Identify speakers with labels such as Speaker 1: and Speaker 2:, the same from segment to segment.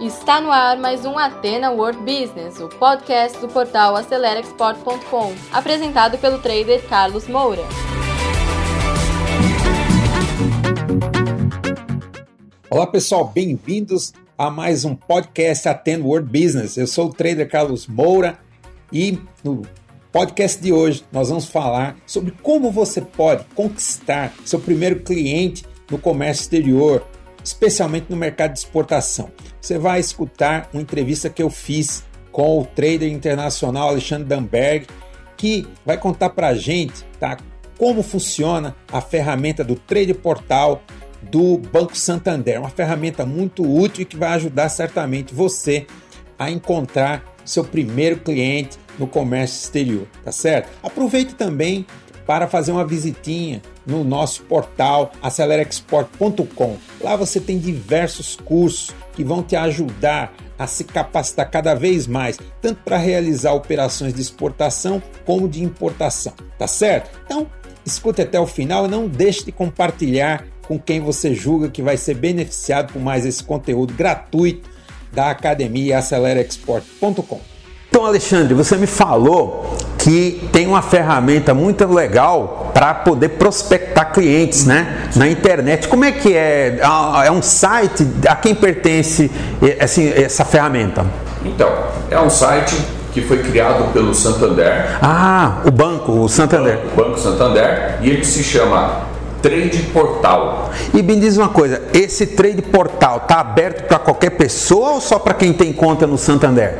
Speaker 1: Está no ar mais um Atena World Business, o podcast do portal AceleraExport.com, apresentado pelo trader Carlos Moura.
Speaker 2: Olá pessoal, bem-vindos a mais um podcast Atena World Business. Eu sou o trader Carlos Moura e no podcast de hoje nós vamos falar sobre como você pode conquistar seu primeiro cliente no comércio exterior, especialmente no mercado de exportação. Você vai escutar uma entrevista que eu fiz com o trader internacional Alexandre Damberg, que vai contar para a gente tá, como funciona a ferramenta do Trade Portal do Banco Santander. É Uma ferramenta muito útil e que vai ajudar certamente você a encontrar seu primeiro cliente no comércio exterior, tá certo? Aproveite também para fazer uma visitinha no nosso portal acelerexport.com. Lá você tem diversos cursos que vão te ajudar a se capacitar cada vez mais, tanto para realizar operações de exportação como de importação, tá certo? Então, escute até o final e não deixe de compartilhar com quem você julga que vai ser beneficiado por mais esse conteúdo gratuito da academia acelerexport.com.
Speaker 3: Então, Alexandre, você me falou que tem uma ferramenta muito legal para poder prospectar clientes, né? Na internet. Como é que é? É um site? A quem pertence assim, essa ferramenta?
Speaker 4: Então, é um site que foi criado pelo Santander.
Speaker 3: Ah, o banco, o Santander.
Speaker 4: O Banco Santander. E ele se chama Trade Portal.
Speaker 3: E me diz uma coisa, esse Trade Portal tá aberto para qualquer pessoa ou só para quem tem conta no Santander?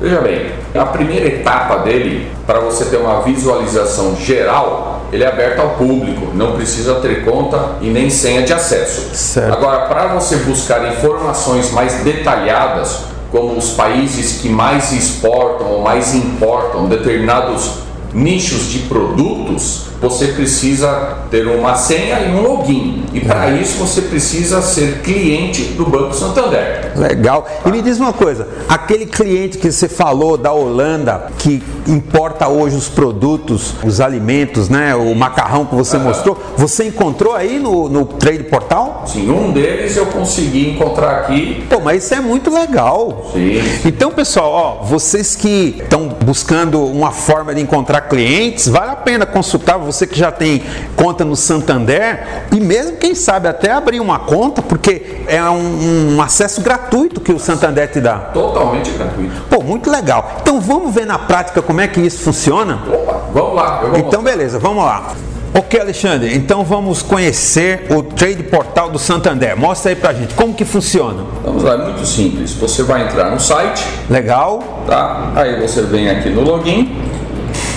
Speaker 4: Veja bem, a primeira etapa dele, para você ter uma visualização geral, ele é aberto ao público, não precisa ter conta e nem senha de acesso.
Speaker 3: Certo.
Speaker 4: Agora, para você buscar informações mais detalhadas, como os países que mais exportam ou mais importam determinados nichos de produtos, você precisa ter uma senha e um login. E para isso você precisa ser cliente do Banco Santander.
Speaker 3: Legal. E me diz uma coisa, aquele cliente que você falou da Holanda que importa hoje os produtos, os alimentos, né, o macarrão que você mostrou, você encontrou aí no, no Trade Portal?
Speaker 4: Sim, um deles eu consegui encontrar aqui.
Speaker 3: Pô, mas isso é muito legal.
Speaker 4: Sim.
Speaker 3: Então, pessoal, ó, vocês que estão buscando uma forma de encontrar clientes, vale a pena consultar você que já tem conta no Santander e mesmo quem sabe até abrir uma conta, porque é um, um acesso gratuito que o Santander te dá.
Speaker 4: Totalmente gratuito.
Speaker 3: Pô, muito legal. Então vamos ver na prática como é que isso funciona?
Speaker 4: Opa, vamos lá. Eu vou
Speaker 3: Então, beleza, vamos lá. Ok, Alexandre, então vamos conhecer o Trade Portal do Santander. Mostra aí pra gente como que funciona.
Speaker 4: Vamos lá, é muito simples. Você vai entrar no site,
Speaker 3: Legal?
Speaker 4: tá? Aí você vem aqui no login.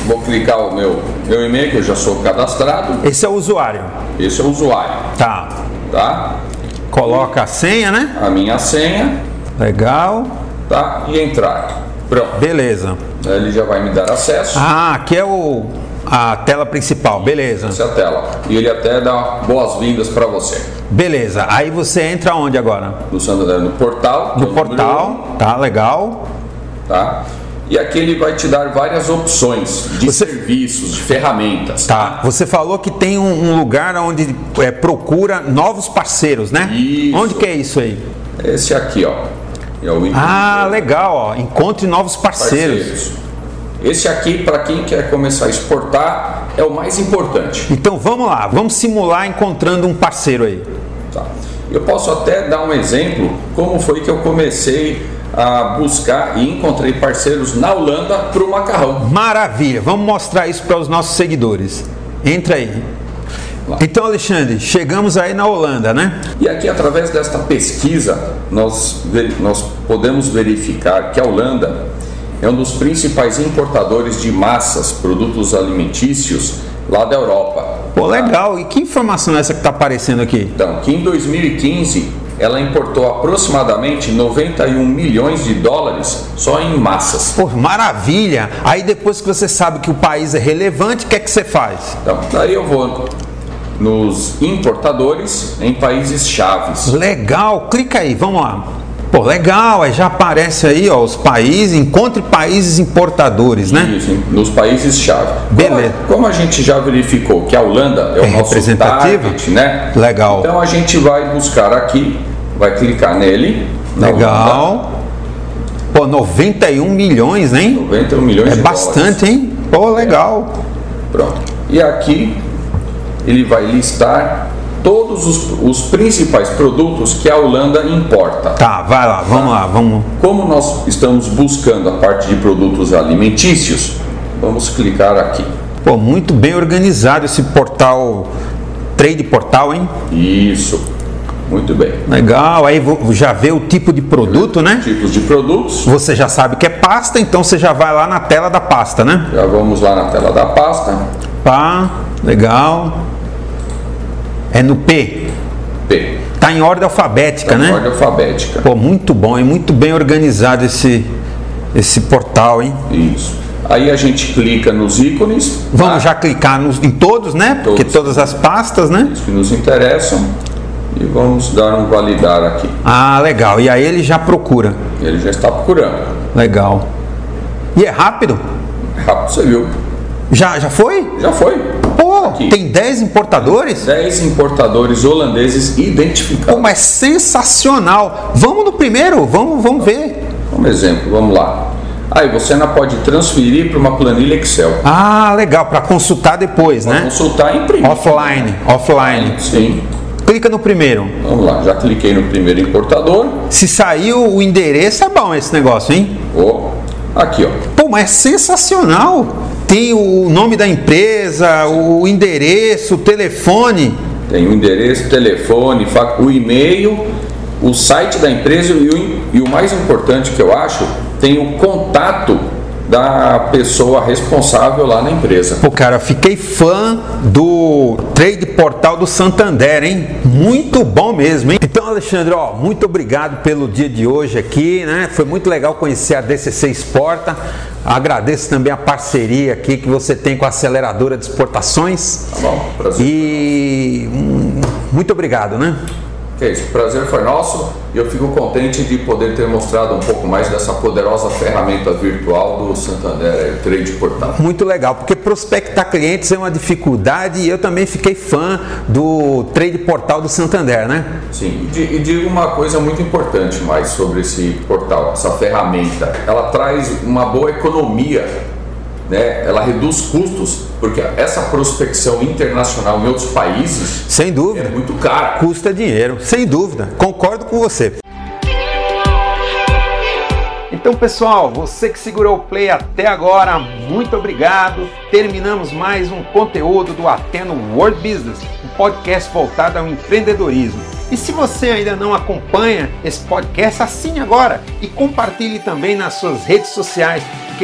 Speaker 4: Vou clicar o meu, meu e-mail, que eu já sou cadastrado.
Speaker 3: Esse é o usuário.
Speaker 4: Esse é o usuário,
Speaker 3: Tá.
Speaker 4: tá?
Speaker 3: Coloca a senha, né?
Speaker 4: A minha senha,
Speaker 3: Legal.
Speaker 4: tá? E entrar. Pronto.
Speaker 3: Beleza.
Speaker 4: Aí Ele já vai me dar acesso.
Speaker 3: Ah, aqui é o a tela principal. Beleza.
Speaker 4: Essa é a tela. E ele até dá boas-vindas para você.
Speaker 3: Beleza. Aí você entra onde agora?
Speaker 4: No Santander, no portal. que é
Speaker 3: No
Speaker 4: o número um,
Speaker 3: portal, tá legal.
Speaker 4: tá? E aqui ele vai te dar várias opções de
Speaker 3: Você-
Speaker 4: serviços, de ferramentas.
Speaker 3: Tá. Você falou que tem um, um lugar onde é, procura novos parceiros, né?
Speaker 4: Isso.
Speaker 3: Onde que é isso aí?
Speaker 4: Esse aqui, ó. É o Windows
Speaker 3: Ah, legal, ó. Encontre novos parceiros.
Speaker 4: Esse aqui, para quem quer começar a exportar, é o mais importante.
Speaker 3: Então vamos lá, vamos simular encontrando um parceiro aí.
Speaker 4: Tá? Eu posso até dar um exemplo como foi que eu comecei a buscar e encontrei parceiros na Holanda para o macarrão.
Speaker 3: Maravilha, vamos mostrar isso para os nossos seguidores. Entra aí. Então, Alexandre, chegamos aí na Holanda, né?
Speaker 4: E aqui, através desta pesquisa, nós, ve- nós podemos verificar que a Holanda é um dos principais importadores de massas, produtos alimentícios lá da Europa.
Speaker 3: Pô, legal. E que informação é essa que está aparecendo aqui?
Speaker 4: Então, que em 2015 ela importou aproximadamente 91 milhões de dólares só em massas.
Speaker 3: Pô, maravilha. Aí depois que você sabe que o país é relevante, o que é que você faz?
Speaker 4: Então, daí eu vou nos importadores em países chaves.
Speaker 3: Legal, clica aí, vamos lá. Pô, legal, aí já aparece aí, ó, os países, encontre países importadores, né?
Speaker 4: Isso, hein? nos países chave.
Speaker 3: Beleza.
Speaker 4: Como, como a gente já verificou que a Holanda é o
Speaker 3: É
Speaker 4: nosso
Speaker 3: representativo?
Speaker 4: target, né?
Speaker 3: Legal.
Speaker 4: Então a gente vai buscar aqui, vai clicar nele na
Speaker 3: Legal. Pô, 91 milhões, hein?
Speaker 4: 91 milhões
Speaker 3: É
Speaker 4: de
Speaker 3: bastante, hein? Pô, legal.
Speaker 4: dólares. Pronto. E aqui ele vai listar todos os, os principais produtos que a Holanda importa.
Speaker 3: Tá, vai lá, vamos lá, vamos.
Speaker 4: Como nós estamos buscando a parte de produtos alimentícios, vamos clicar aqui.
Speaker 3: Pô, muito bem organizado esse portal, trade portal, hein?
Speaker 4: Isso. Muito bem.
Speaker 3: Legal, aí vo- já vê o tipo de produto, né?
Speaker 4: Tipos de produtos.
Speaker 3: Você já sabe que é pasta, então você já vai lá na tela da pasta, né?
Speaker 4: Já vamos lá na tela da pasta.
Speaker 3: Pá, legal. É no P.
Speaker 4: P.
Speaker 3: Tá em ordem alfabética, né?
Speaker 4: Ordem alfabética.
Speaker 3: Pô, muito bom, hein? Muito bem organizado esse, esse portal, hein?
Speaker 4: Isso. Aí a gente clica nos ícones.
Speaker 3: Vamos
Speaker 4: tá?
Speaker 3: já clicar nos- em todos, né? Porque
Speaker 4: Todos.
Speaker 3: todas as pastas, né?
Speaker 4: Os que nos interessam. E vamos dar um validar aqui.
Speaker 3: Ah, legal. E aí ele já procura.
Speaker 4: Ele já está procurando.
Speaker 3: Legal. E é rápido?
Speaker 4: Rápido, você viu.
Speaker 3: Já, já foi?
Speaker 4: Já foi.
Speaker 3: Pô,
Speaker 4: Aqui.
Speaker 3: tem 10 importadores?
Speaker 4: 10 importadores holandeses identificados.
Speaker 3: Como é sensacional. Vamos no primeiro, vamos, vamos ver.
Speaker 4: Como exemplo, vamos lá. Aí você ainda pode transferir para uma planilha Excel.
Speaker 3: Ah, legal, para consultar depois, né?
Speaker 4: Consultar e imprimir.
Speaker 3: Offline, offline.
Speaker 4: Sim.
Speaker 3: Clica no primeiro.
Speaker 4: Vamos lá, já cliquei no primeiro importador.
Speaker 3: Se saiu o endereço, é bom esse negócio, hein?
Speaker 4: Ó, Aqui, ó.
Speaker 3: Pô, mas é sensacional. Tem o nome da empresa, o endereço, o telefone.
Speaker 4: Tem o endereço, telefone, fa- o e-mail, o site da empresa e o, im- e o mais importante que eu acho, tem o contato da pessoa responsável lá na empresa.
Speaker 3: Pô, cara, fiquei fã do Trade Portal do Santander, hein? Muito bom mesmo, hein? Então, Alexandre, ó, muito obrigado pelo dia de hoje aqui, né? Foi muito legal conhecer a DCC Exporta. Agradeço também a parceria aqui que você tem com a Aceleradora de Exportações.
Speaker 4: Tá bom? Prazer.
Speaker 3: E hum, muito obrigado, né?
Speaker 4: Que é isso, o prazer foi nosso e eu fico contente de poder ter mostrado um pouco mais dessa poderosa ferramenta virtual do Santander Trade Portal.
Speaker 3: Muito legal, porque prospectar clientes é uma dificuldade e eu também fiquei fã do Trade Portal do Santander, né?
Speaker 4: Sim, e di- e digo uma coisa muito importante mais sobre esse portal, essa ferramenta. Ela traz uma boa economia, né? ela reduz custos, porque essa prospecção internacional em outros países
Speaker 3: Sem
Speaker 4: é
Speaker 3: dúvida.
Speaker 4: muito cara.
Speaker 3: Custa dinheiro, sem dúvida. Concordo com você. Então, pessoal, você que segurou o play até agora, muito obrigado. Terminamos mais um conteúdo do Ateno World Business, um podcast voltado ao empreendedorismo. E se você ainda não acompanha esse podcast, assine agora e compartilhe também nas suas redes sociais, porque